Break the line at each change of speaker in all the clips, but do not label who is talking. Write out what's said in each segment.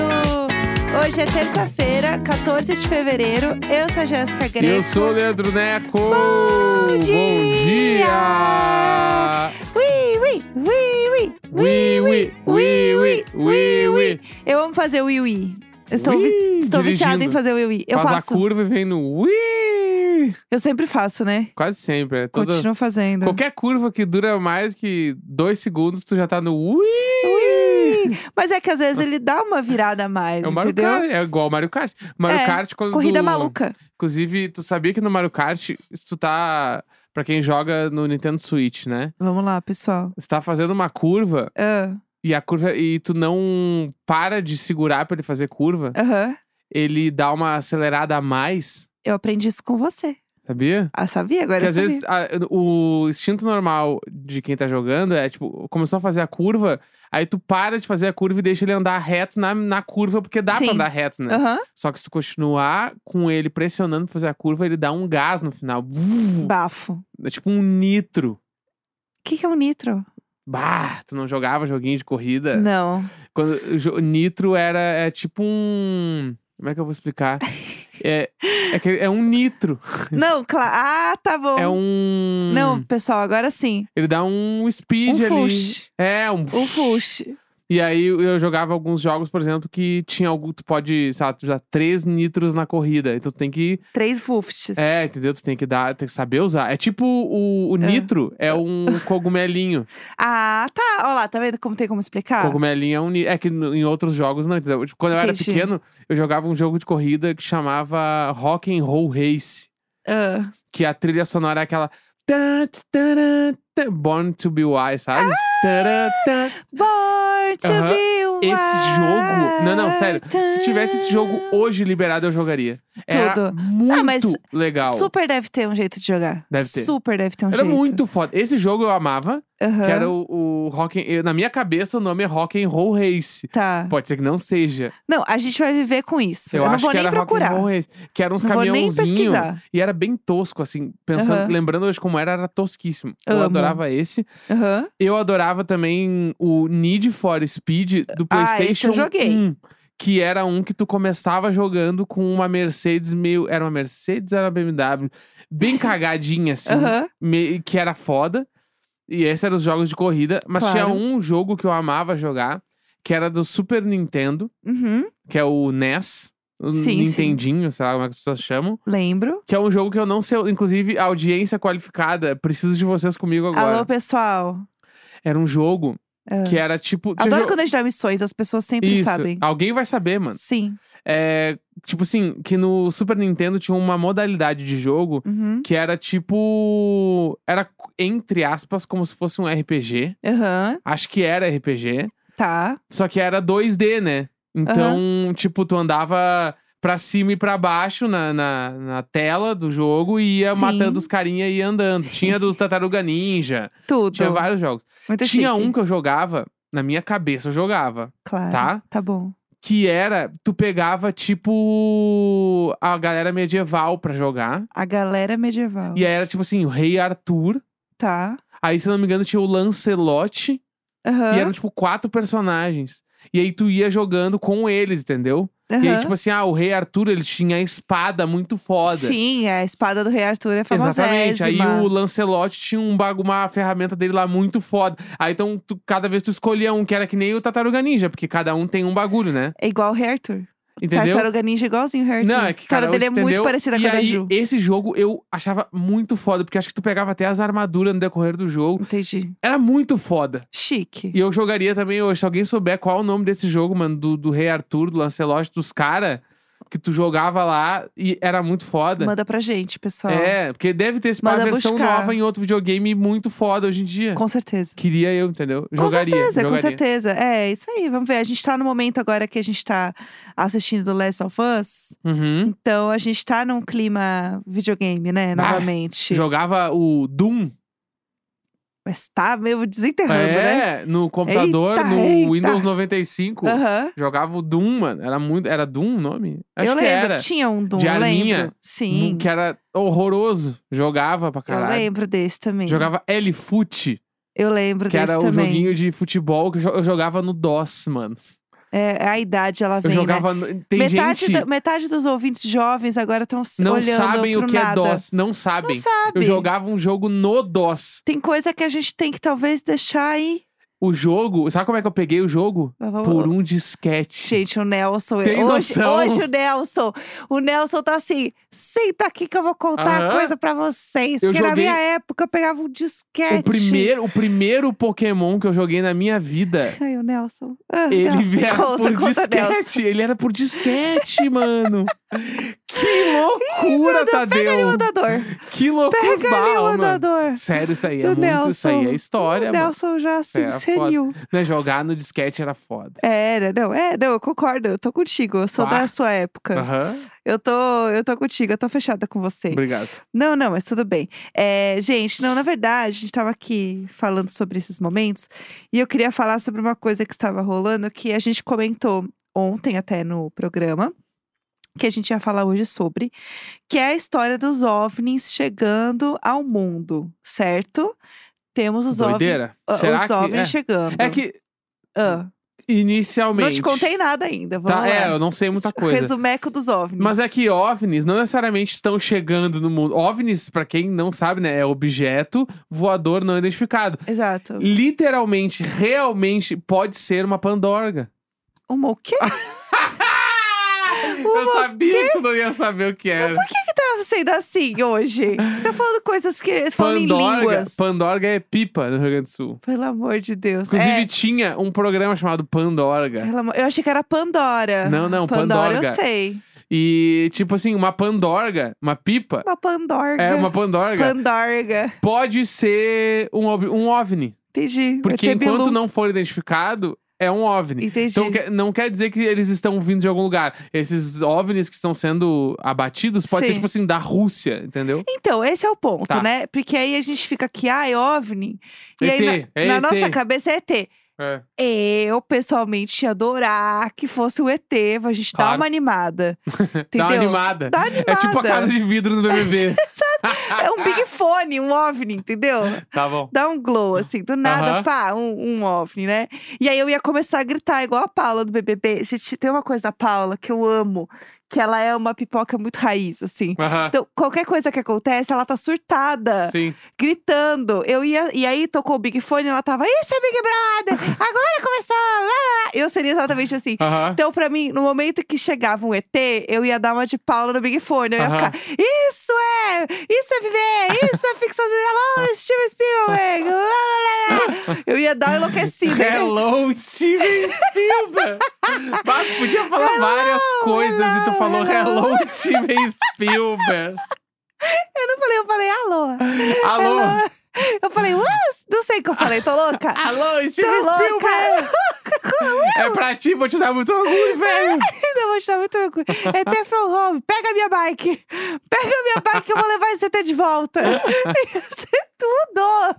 um Hoje é terça-feira, 14 de fevereiro. Eu sou a Jéssica
E
Greco.
eu sou o Leandro Neco.
Bom dia!
dia!
Ui, ui, ui, ui.
Ui, ui, ui, ui, ui, ui.
Eu amo fazer ui, ui. Eu Estou,
Ui,
vi- estou viciada em
dirigindo.
fazer ui, ui. Eu
Faz a
faço.
curva e vem no ui.
Eu sempre faço, né?
Quase sempre. É todas...
Continuo fazendo.
Qualquer curva que dura mais que dois segundos, tu já tá no ui.
Ui! Mas é que às vezes ele dá uma virada a mais,
Ah. É o Mario
entendeu?
Kart, é igual o Mario Kart. Mario
É,
Kart quando
Corrida
tu-
maluca.
Inclusive, tu sabia que no Mario Kart, se tu tá Pra quem joga no Nintendo Switch, né?
Vamos lá, pessoal.
Se tá fazendo uma curva
Ah,
e a curva e tu não para de segurar pra ele fazer curva,
Aham.
ele dá uma acelerada a mais,
Eu aprendi isso com você.
sabia?
Ah, sabia? Agora
Porque
eu
às
sabia.
vezes a- o instinto normal de quem tá jogando é tipo, começou a fazer a curva, aí tu para de fazer a curva e deixa ele andar reto na, na curva, porque dá
Sim.
pra andar reto, né?
Aham.
Só que se tu continuar com ele pressionando pra fazer a curva, ele dá um gás no final. Vuv!
Bafo. O
É tipo um nitro.
que, que é o nitro?
Bah, tu não jogava joguinho de corrida?
Não.
Quando, jo- nitro era é tipo um. Como é que eu vou explicar? É, é, que- é um nitro.
Não, claro. Ah, tá bom.
É um.
Não, pessoal, agora sim.
Ele dá um speed
Um
ali.
fush.
É, um.
Um push.
E aí eu jogava alguns jogos, por exemplo, que tinha algum. Tu pode, sei lá, tu usar três nitros na corrida. Então tu tem que.
Três fufs.
É, entendeu? Tu tem que dar, tem que saber usar. É tipo o, o
É.
nitro, é um cogumelinho.
Ah, tá. Olha lá, tá vendo como tem como explicar?
Cogumelinho é um ni- É que no- em outros jogos não, entendeu? Tipo, Quando eu era
Entendi.
pequeno, eu jogava um jogo de corrida que chamava Rock and Roll Race.
Ah,
Que a trilha sonora é aquela. tan, tz, taran, tan, Born to be Wild, sabe? Taran, tan.
Born to
Aham.
be wild.
Esse jogo. Não, não, sério. Se tivesse esse jogo hoje liberado, eu jogaria. Era
Tudo.
muito
Ah, mas
legal.
Super deve ter um jeito de jogar.
Deve ter.
Super deve ter um
Era
jeito.
muito foda. Esse jogo eu amava,
Aham.
que era o, o Rock and... eu- Na minha cabeça, o nome é Rock and Roll Race.
Tá.
Pode ser que não seja.
Não, a gente vai viver com isso.
Eu,
não
acho
vou
que
nem
era
procurar.
Rock and Roll Race. Que era uns
não vou nem
caminhãozinhos.
pesquisar.
E era bem tosco, assim. Pensando,
Aham.
lembrando hoje como era, era tosquíssimo. Eu
Amo.
adorava esse.
Aham.
Eu adorava também o Need for Speed do
Ah, esse
PlayStation
eu joguei.
1. Que era um que tu começava jogando com uma Mercedes meio. Era uma Mercedes, era uma BMW. Bem cagadinha, assim.
Aham.
me- que era foda. E esses eram os jogos de corrida. Mas tinha
Claro.
um jogo que eu amava jogar, que era do Super Nintendo,
Uhum.
que é o NES. O
Sim, sim.
Nintendinho, sei lá como é que as pessoas chamam.
Lembro.
Que é um jogo que eu não sei. Inclusive, a audiência qualificada, preciso de vocês comigo agora.
Alô, pessoal.
Era um jogo
Ah.
que era tipo. tinha
Adoro
jo-
quando a gente dá missões, as pessoas sempre
Isso. Ah.
sabem.
Alguém vai saber, mano.
Sim.
É, tipo assim, que no Super Nintendo tinha uma modalidade de jogo
Uhum.
que era tipo. Era, entre aspas, como se fosse um RPG.
Aham.
Acho que era RPG.
Tá.
Só que era 2D, né? Então, tipo, tu andava pra cima e pra baixo na, na, na tela do jogo e ia
Sim.
matando os carinha e ia andando. Tinha do Tataruga Ninja,
Tudo.
tinha vários jogos.
Muito
tinha
chique.
um que eu jogava, na minha cabeça eu jogava,
Claro.
tá?
Tá bom.
que era tu pegava tipo a galera medieval pra jogar.
A galera medieval.
E aí era tipo assim, o rei Arthur.
Tá.
Aí, se eu não me engano, tinha o Lancelote.
Aham.
E eram, tipo, quatro personagens. E aí tu ia jogando com eles, entendeu? E aí,
aham.
tipo assim, ah, o rei Arthur, ele tinha a espada muito foda.
Sim, a espada do rei Arthur é famosa.
Exatamente. Aí o Lancelote tinha um bagu- uma ferramenta dele lá muito foda. Aí então, tu- cada vez tu escolhia um que era que nem o Tataruga Ninja, porque cada um tem um bagulho, né?
É igual o rei Arthur.
Entendeu?
Tartaruga Ninja é igualzinho o rei Arthur.
Não, é que
a cara
cara,
dele é muito
entendeu?
parecida
e
com a da
aí,
Ju.
Esse jogo eu achava muito foda, porque acho que tu pegava até as armaduras no decorrer do jogo.
Entendi.
Era muito foda.
Chique.
E eu jogaria também hoje. Se alguém souber qual é o nome desse jogo, mano, do, do Rei Arthur, do Lancelote, dos cara que tu jogava lá e era muito foda.
Manda pra gente, pessoal.
É, porque deve ter esse uma
Manda
versão
buscar.
nova em outro videogame muito foda hoje em dia.
Com certeza.
Queria eu, entendeu? Jogaria.
com certeza,
jogaria.
com certeza. É, isso aí. Vamos ver. A gente tá no momento agora que a gente tá assistindo The Last of Us.
Uhum.
Então a gente tá num clima videogame, né?
Ah,
Novamente.
Jogava o Doom
Mas tá meio desenterrando, né?
é, no computador,
Eita,
no
eita.
Windows 95.
Aham.
Jogava o Doom, mano. Era muito. Era Doom o nome? Acho
Eu
que
lembro
era.
que tinha um Doom,
De
eu
arminha? Hum,
lembro. Sim.
Que era horroroso. Jogava pra
Eu
caralho.
lembro desse também.
Jogava L-Foot,
Eu lembro
que
desse
era o
também.
joguinho de futebol que eu jo- eu jogava no DOS, mano.
É, a idade ela
Eu
vem, né?
jogava. no- Tem
metade,
gente.
da- metade dos ouvintes jovens agora estão
Não
olhando
sabem o
pro
que é
nada.
DOS. Não sabem.
Não sabe.
Eu jogava um jogo no DOS.
Tem coisa que a gente tem que talvez deixar aí.
O jogo. Sabe como é que eu peguei o jogo?
Mas vamos-
Por um disquete.
Gente, o Nelson.
Tem
hoje,
noção?
hoje o Nelson. O Nelson tá assim. Senta aqui que eu vou contar
Aham.
coisa pra vocês.
Eu
Porque na
joguei-
minha época eu pegava um disquete.
O primeiro, o primeiro Pokémon que eu joguei na minha vida,
Ai, o Nelson. Ah, Nelson,
ele era
conta,
por
conta, Nelson.
disquete. Ele era por disquete, mano. Que loucura,
Pega ali
Tadeu.
o um andador.
Que loucura.
Pega ali o
mano.
andador.
Sério, isso aí é
Do
muito
Nelson.
isso aí. É história,
o
mano.
Nelson já assim,
Era foda.
senil.
Né, jogar no disquete era foda.
Era, não, é, não, eu concordo, eu tô contigo, eu sou
Tá.
da sua época.
Aham.
Eu tô, eu tô contigo, eu tô fechada com você.
Obrigado.
Não, não, mas tudo bem. É, gente, não, na verdade, a gente tava aqui falando sobre esses momentos e eu queria falar sobre uma coisa que estava rolando que a gente comentou ontem até no programa, que a gente ia falar hoje sobre, que é a história dos OVNIs chegando ao mundo, certo? Temos os OVNIs,
Doideira?
ah,
Será
os OVNIs
que...
chegando.
É. é que,
Ah,
inicialmente...
não te contei nada ainda, vamos
Tá,
lá.
é, eu não sei muita coisa.
Resumeco dos OVNIs.
Mas é que OVNIs não necessariamente estão chegando no mundo. OVNIs, pra quem não sabe, né, é objeto voador não identificado.
Exato.
Literalmente, realmente pode ser uma pandorga.
Uma o quê?
Ah.
Ah,
Eu sabia que tu não ia saber o que era.
tava sendo assim hoje? Tá falando coisas que. falando em
Pandorga,
línguas.
Pandorga é pipa no Rio Grande do Sul.
Pelo amor de Deus.
Inclusive,
É,
tinha um programa chamado Pandorga.
pelo amor- Eu achei que era Pandora.
Não, não,
Pandora
Pandorga.
eu sei.
E, tipo assim, uma Pandorga, uma pipa,
Uma Pandorga.
é uma Pandorga,
Pandorga.
pode ser um, ov- um OVNI.
Entendi.
Porque
ET Bilu.
enquanto não for identificado, é um OVNI.
Entendi.
Então que- não quer dizer que eles estão vindo de algum lugar. Esses OVNIs que estão sendo abatidos pode ser
Sim.
tipo assim da Rússia, entendeu?
Então, esse é o ponto,
Tá.
né? Porque aí a gente fica aqui, ai, OVNI. E
ET,
aí, na,
é
na
ET.
nossa cabeça é ET.
É.
Eu, pessoalmente, ia adorar que fosse um o ET, pra gente dar
Claro.
uma animada.
Dá uma
entendeu?
animada.
Dá animada.
É tipo a casa de vidro no BBB.
É um Big Fone, um OVNI, entendeu?
tá bom.
Dá um glow, assim, do nada,
Aham.
pá, um, um OVNI, né? E aí eu ia começar a gritar, igual a Paula do BBB. Gente, tem uma coisa da Paula que eu amo, que ela é uma pipoca muito raiz, assim.
Aham.
Então, qualquer coisa que acontece, ela tá surtada,
Sim.
gritando. Eu ia, e aí tocou o Big Fone, ela tava, isso é Big Brother, agora começou, lá, lá, lá." Eu seria exatamente assim.
Aham.
Então, pra mim, no momento que chegava um ET, eu ia dar uma de Paula no Big Fone. Eu ia
Aham.
ficar, isso é! Isso é viver! Isso é ficção científica! Alô, Steven Spielberg! Lá, lá, lá, lá. Eu ia dar uma enlouquecida.
É.
né?
Hello, Steven Spielberg! bah, podia falar várias coisas e tu
hello,
falou
hello.
hello, Steven Spielberg!
Eu não falei, eu falei, alô!
Alô!
Alô. Eu falei, uau, não sei o que eu falei, tô louca?
Alô,
Tô
Ah, Steven Spielberg!
louca!
É pra ti, vou te dar muito orgulho, velho!
Ainda vou estar muito tranquilo. ET from home, pega minha bike! Pega minha bike que eu vou levar esse ET de volta! Ia ser tudo!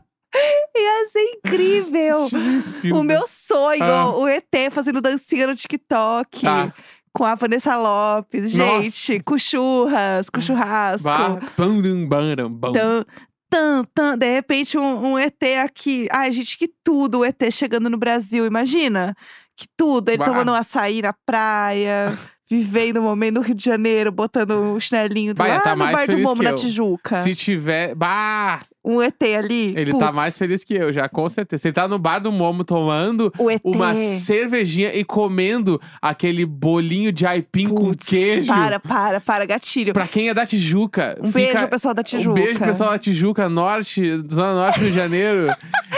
Ia ser incrível!
Steven
é, O
Spielberg.
meu sonho,
Ah.
o ET fazendo dancinha no TikTok.
Tá.
Com a Vanessa Lopes,
Nossa. Ah.
gente, com churras, com churrasco.
Bah, bandum, bandum, bam.
Tan, tan, tan. De repente, um, um ET aqui. Ai, gente, que tudo o ET chegando no Brasil, imagina? Que tudo. Ele
Bah.
tomando um açaí na praia, vivendo o momento no Rio de Janeiro, botando um chinelinho do
Bah, ia
lá
tá
no
mais
bar do
feliz
Momo,
que
na
eu.
Tijuca.
Se tiver. Bah!
Um ET ali.
Ele tá
putz,
mais feliz que eu, já, com certeza. Se ele tá no bar do Momo tomando
O ET.
uma cervejinha e comendo aquele bolinho de aipim com
Putz,
queijo.
Para, para, para, gatilho.
Pra quem é da Tijuca,
Um
fica-
beijo, pessoal da Tijuca.
Um beijo, pessoal da Tijuca, Norte, Zona Norte, Rio de Janeiro.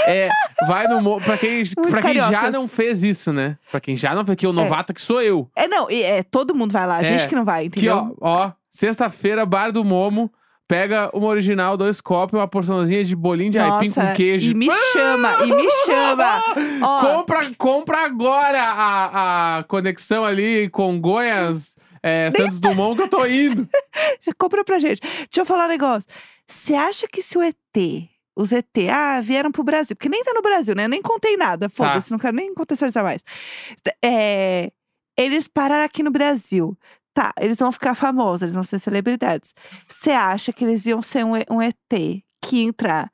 É, vai no Momo. Pra quem, pra quem já
cariocas.
não fez isso, né? Pra quem já não fez, que o novato que sou eu.
É, não, e, é, todo mundo vai lá. A
É.
gente que não vai,
Que
entendeu?
ó, ó, sexta-feira, bar do Momo. Pega uma original, dois copos, uma porçãozinha de bolinho de aipim
Nossa,
com queijo. Ah!
E me chama, e me chama. Ó,
compra, compra agora a, a conexão ali, Congonhas, é, Santos Dumont, que eu tô indo.
já compra pra gente. Deixa eu falar um negócio. Você acha que se o ET, os ET, ah, vieram pro Brasil, porque nem tá no Brasil, né? Eu nem contei nada, foda-se, não quero nem contextualizar mais. T- É, eles pararam aqui no Brasil. Tá, eles vão ficar famosos, eles vão ser celebridades. Você acha que eles iam ser um, E- um ET que ia entrar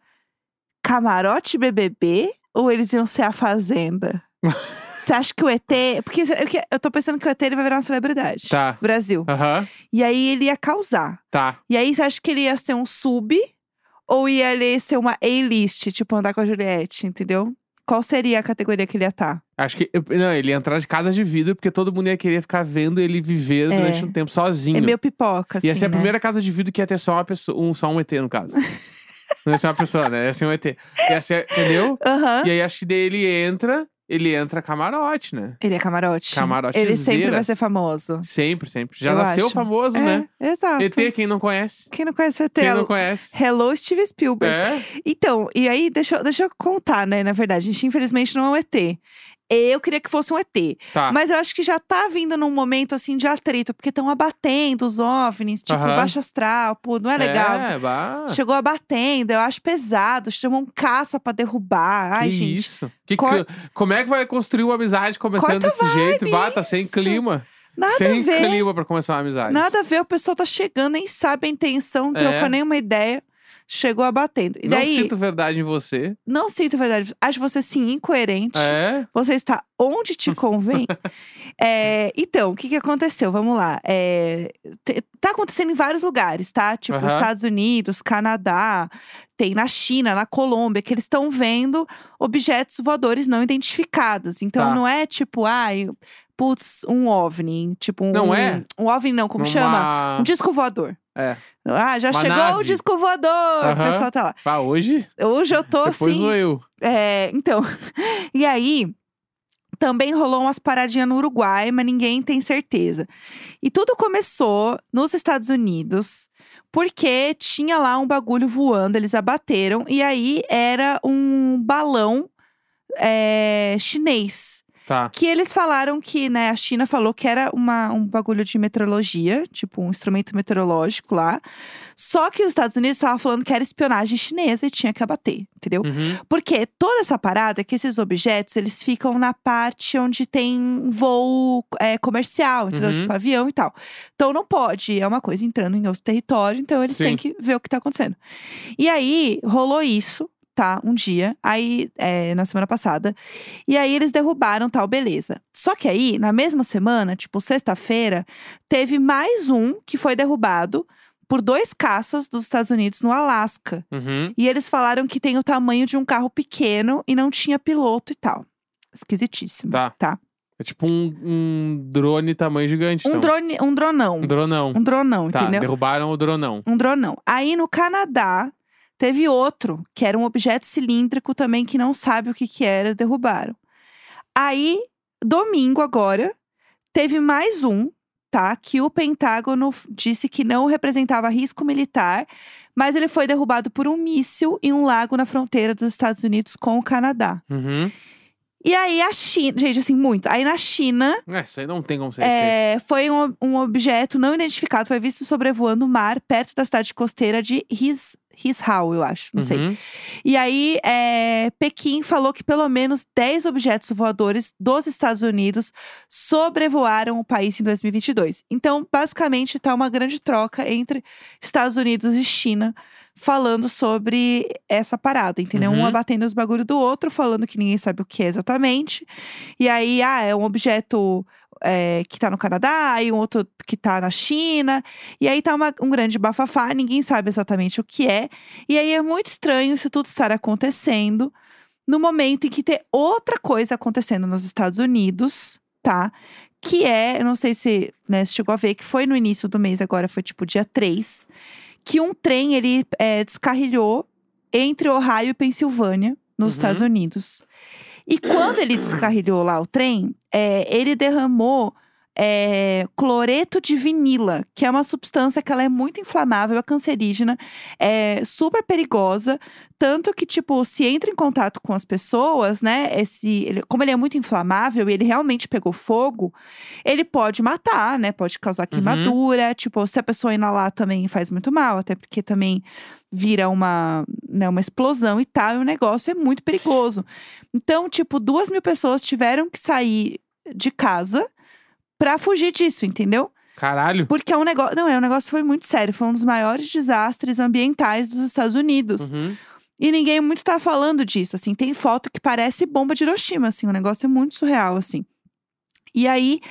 camarote BBB ou eles iam ser a Fazenda? Você acha que o ET. Porque eu que- eu tô pensando que o ET ele vai virar uma celebridade.
Tá.
Brasil.
Aham.
E aí ele ia causar.
Tá.
E aí você acha que ele ia ser um sub ou ia ele ser uma A-list, tipo andar com a Juliette, entendeu? Qual seria a categoria que ele ia tá? estar?
Acho que. eu- Não, ele ia entrar de casa de vidro, porque todo mundo ia querer ficar vendo ele viver
É.
durante um tempo sozinho.
É meio pipoca, assim.
ia ser a
né?
primeira casa de vidro que ia ter só uma pessoa, um, só um ET, no caso. Não ia ser uma pessoa, né? Ia ser um ET. Ia ser, entendeu?
Aham.
E aí acho que daí ele entra, ele entra camarote, né?
Ele é camarote.
Camarote
Ele sempre vai
zeiras.
ser famoso.
Sempre, sempre. Já
Eu
nasceu
acho.
assim. famoso, né?
É, exato.
ET, quem não conhece?
Quem não conhece o ET?
Quem
é
não
o-
conhece?
Hello, Steve Spielberg.
É.
Então, e aí, deixa, eu- deixa eu contar, né? Na verdade, a gente infelizmente não é um ET. Eu queria que fosse um ET.
Tá.
Mas eu acho que já tá vindo num momento, assim, de atrito. Porque estão abatendo os OVNIs, tipo,
Aham.
baixo astral, pô, não é legal.
É, bah.
Ah. Chegou abatendo, eu acho pesado. Chamam um caça pra derrubar. Ai,
que
gente.
isso? Que,
cor-
que- como é que vai construir uma amizade começando
Corta
desse jeito? Bah, tá sem
isso.
clima.
Nada
sem
a ver.
clima pra começar uma amizade.
Nada a ver, o pessoal tá chegando, nem sabe a intenção, não
É.
trocou nenhuma ideia. Chegou abatendo. E
Não
daí,
sinto verdade em você.
não sinto verdade. Acho você, sim, incoerente.
É.
Você está onde te convém. É, então, o que, que aconteceu? Vamos lá. É, te- tá acontecendo em vários lugares, tá? Tipo,
Aham.
Estados Unidos, Canadá, tem na China, na Colômbia, que eles estão vendo objetos voadores não identificados. Então,
Tá.
não é tipo, ai, putz, um OVNI. Tipo, um,
Não é?
Um OVNI não, como
numa-
chama? Um disco voador.
É.
Ah, já
Uma
chegou o
nave.
disco voador!
Aham.
O pessoal tá lá.
Bah, hoje?
Hoje eu tô
Depois
assim.
sou eu.
É, então. E aí. Também rolou umas paradinhas no Uruguai, mas ninguém tem certeza. E tudo começou nos Estados Unidos, porque tinha lá um bagulho voando, eles abateram, e aí era um balão é, chinês.
Tá.
Que eles falaram que, né, a China falou que era uma, um bagulho de meteorologia, tipo um instrumento meteorológico lá. Só que os Estados Unidos estavam falando que era espionagem chinesa e tinha que abater, entendeu?
Uhum.
Porque toda essa parada é que esses objetos, eles ficam na parte onde tem voo é, comercial, entendeu?
Uhum.
Tipo avião e tal. Então não pode, é uma coisa entrando em outro território, então eles
Sim.
têm que ver o que tá acontecendo. E aí rolou isso, tá? Um dia, aí é, na semana passada. E aí eles derrubaram tal, beleza. Só que aí, na mesma semana, tipo sexta-feira, teve mais um que foi derrubado por dois caças dos Estados Unidos no Alasca.
Uhum.
E eles falaram que tem o tamanho de um carro pequeno e não tinha piloto e tal. Esquisitíssimo.
Tá. É tipo um, um drone tamanho gigante.
Um
então.
drone, um dronão.
Um dronão.
Um dronão,
tá,
entendeu?
derrubaram o dronão.
Um dronão. Aí no Canadá teve outro, que era um objeto cilíndrico também que não sabe o que que era, derrubaram. Aí domingo agora teve mais um, tá? Que o Pentágono f- disse que não representava risco militar, mas ele foi derrubado por um míssil em um lago na fronteira dos Estados Unidos com o Canadá.
Uhum.
E aí a China, gente, assim, muito. Aí na China
É, isso aí não tem como ser.
é, foi um, um objeto não identificado, foi visto sobrevoando o mar perto da cidade costeira de His, Hishao, eu acho, não sei.
Uhum.
E aí é, Pequim falou que pelo menos 10 objetos voadores dos Estados Unidos sobrevoaram o país em 2022. Então, basicamente, tá uma grande troca entre Estados Unidos e China. Falando sobre essa parada, entendeu? Um
Uhum.
abatendo os bagulho do outro, falando que ninguém sabe o que é exatamente. E aí, ah, é um objeto é, que tá no Canadá, e um outro que tá na China. E aí tá uma- um grande bafafá, ninguém sabe exatamente o que é. E aí é muito estranho isso tudo estar acontecendo no momento em que tem outra coisa acontecendo nos Estados Unidos, tá? Que é, eu não sei se né, você chegou a ver, que foi no início do mês, agora foi tipo dia 3, que um trem ele é, descarrilhou entre Ohio e Pensilvânia, nos
Uhum.
Estados Unidos. E quando ele descarrilhou lá o trem, é, ele derramou é, cloreto de vinila, que é uma substância que ela é muito inflamável, é cancerígena, é super perigosa. Tanto que, tipo, se entra em contato com as pessoas, né? Esse, ele- como ele é muito inflamável e ele realmente pegou fogo, ele pode matar, né? Pode causar queimadura. Tipo, se a pessoa inalar também faz muito mal, até porque também vira uma, né, uma explosão e tal. E o negócio é muito perigoso. Então, tipo, duas mil pessoas tiveram que sair de casa pra fugir disso, entendeu?
Caralho.
Porque é um negócio. Não, é um negócio que foi muito sério. Foi um dos maiores desastres ambientais dos Estados Unidos.
Uhum.
E ninguém muito tá falando disso, assim. Tem foto que parece bomba de Hiroshima, assim. O negócio é muito surreal, assim. E aí,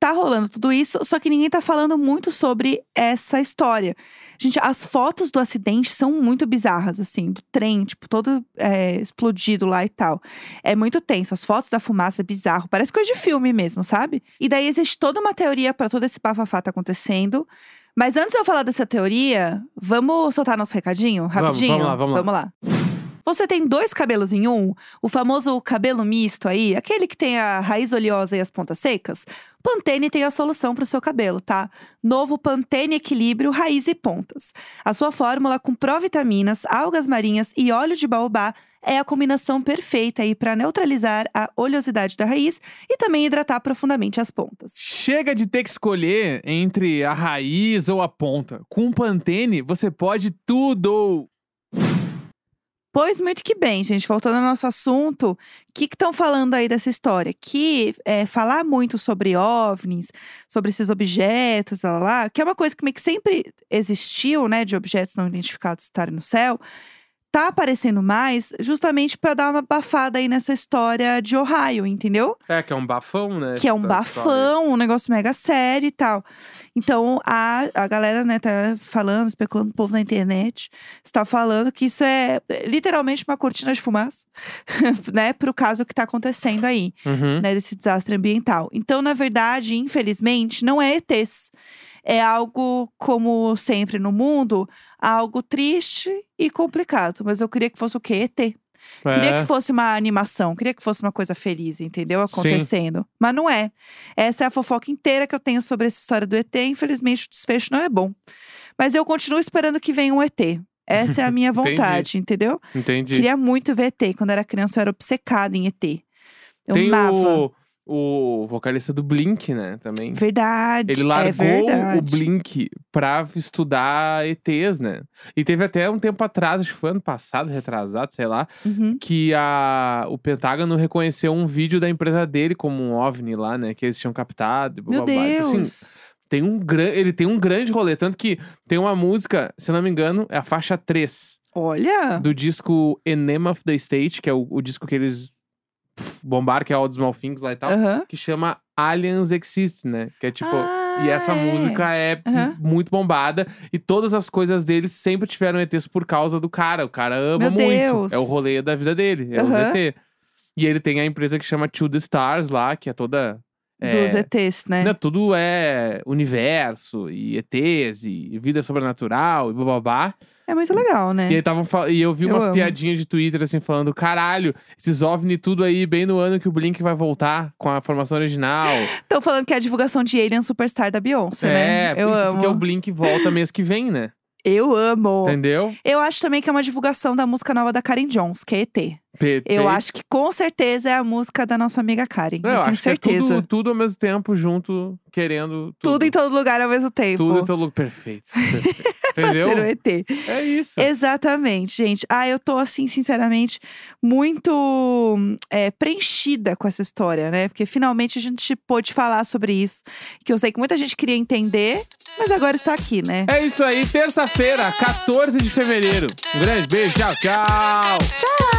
tá rolando tudo isso, só que ninguém tá falando muito sobre essa história. Gente, as fotos do acidente são muito bizarras, assim, do trem, tipo, todo é, explodido lá e tal. É muito tenso. As fotos da fumaça é bizarro. Parece coisa de filme mesmo, sabe? E daí existe toda uma teoria pra todo esse bafafá tá acontecendo. Mas antes de eu falar dessa teoria, vamos soltar nosso recadinho? Rapidinho?
vamos lá, vamos lá.
Vamos lá. Você tem dois cabelos em um, o famoso cabelo misto aí, aquele que tem a raiz oleosa e as pontas secas? Pantene tem a solução para o seu cabelo, tá? Novo Pantene Equilíbrio Raiz e Pontas. A sua fórmula com provitaminas, algas marinhas e óleo de baobá é a combinação perfeita aí para neutralizar a oleosidade da raiz e também hidratar profundamente as pontas.
Chega de ter que escolher entre a raiz ou a ponta. Com o Pantene, você pode tudo!
Pois muito que bem, gente. Voltando ao nosso assunto, o que estão falando aí dessa história? Que é, falar muito sobre OVNIs, sobre esses objetos, lá, lá, lá, que é uma coisa que meio que sempre existiu, né, de objetos não identificados estarem no céu, tá aparecendo mais justamente para dar uma bafada aí nessa história de Ohio, entendeu?
É, que é um bafão, né?
Que é um
essa história.
bafão, um negócio mega sério e tal. Então, a, a galera, né, tá falando, especulando, o povo na internet está falando que isso é é, literalmente uma cortina de fumaça, né, pro caso que tá acontecendo aí,
Uhum.
né, desse desastre ambiental. Então, na verdade, infelizmente, não é ETs. É algo, como sempre no mundo, algo triste e complicado. Mas eu queria que fosse o quê? ET. Queria
É.
que fosse uma animação, queria que fosse uma coisa feliz, entendeu? Acontecendo. Mas não é. Essa é a fofoca inteira que eu tenho sobre essa história do ET. Infelizmente, o desfecho não é bom. Mas eu continuo esperando que venha um ET. Essa é a minha
Entendi.
vontade, entendeu?
Entendi.
Queria muito ver ET. Quando eu era criança, eu era obcecada em ET. Eu
Tem
amava.
o, o vocalista do Blink, né? Também.
Verdade.
Ele
é
largou
verdade.
o Blink pra estudar ETs, né? E teve até um tempo atrás, acho que foi ano passado, retrasado, sei lá,
Uhum.
que a, o Pentágono reconheceu um vídeo da empresa dele como um OVNI lá, né? Que eles tinham captado. e blá,
Meu
blá, blá. Então, assim,
Deus.
tem um gran, ele tem um grande rolê. Tanto que tem uma música, se eu não me engano, é a faixa 3
Olha.
do disco Enema of the State, que é o, o disco que eles pff, bombaram, que é o dos Malfins lá e tal,
Aham.
que chama Aliens Exist, né? Que é tipo.
Ah,
E essa
é.
música é
Aham.
muito bombada. E todas as coisas dele sempre tiveram ETs por causa do cara. O cara ama
Meu
muito.
Deus.
É o rolê da vida dele. É o
Aham.
ZT. E ele tem a empresa que chama To The Stars lá, que é toda. é,
Dos ETs, né?
né, tudo é universo e ETs e vida sobrenatural e bababá.
É muito legal, né?
E aí tavam fal- e eu vi
Eu
umas
amo.
piadinhas de Twitter assim falando: caralho, esses OVNI tudo aí, bem no ano que o Blink vai voltar com a formação original.
Estão falando que é a divulgação de Alien Superstar da Beyoncé,
é,
né? Eu
porque
amo.
o Blink volta mês que vem, né?
Eu amo.
Entendeu?
Eu acho também que é uma divulgação da música nova da Karen Jones, que é ET.
Pe-
Eu
pe-
acho que com certeza é a música da nossa amiga Karen.
Não,
eu
eu
tenho
acho
certeza.
Que é tudo, tudo ao mesmo tempo, junto, querendo tudo.
Tudo em todo lugar ao mesmo tempo.
Tudo em todo lugar. Perfeito. perfeito.
Pode
Entendeu?
ser o ET.
É isso.
Exatamente, gente. Ah, eu tô, assim, sinceramente, muito é, preenchida com essa história, né? Porque finalmente a gente pôde falar sobre isso. Que eu sei que muita gente queria entender, mas agora está aqui, né?
É isso aí, terça-feira, 14 de fevereiro. Um grande beijo, tchau, tchau.
Tchau!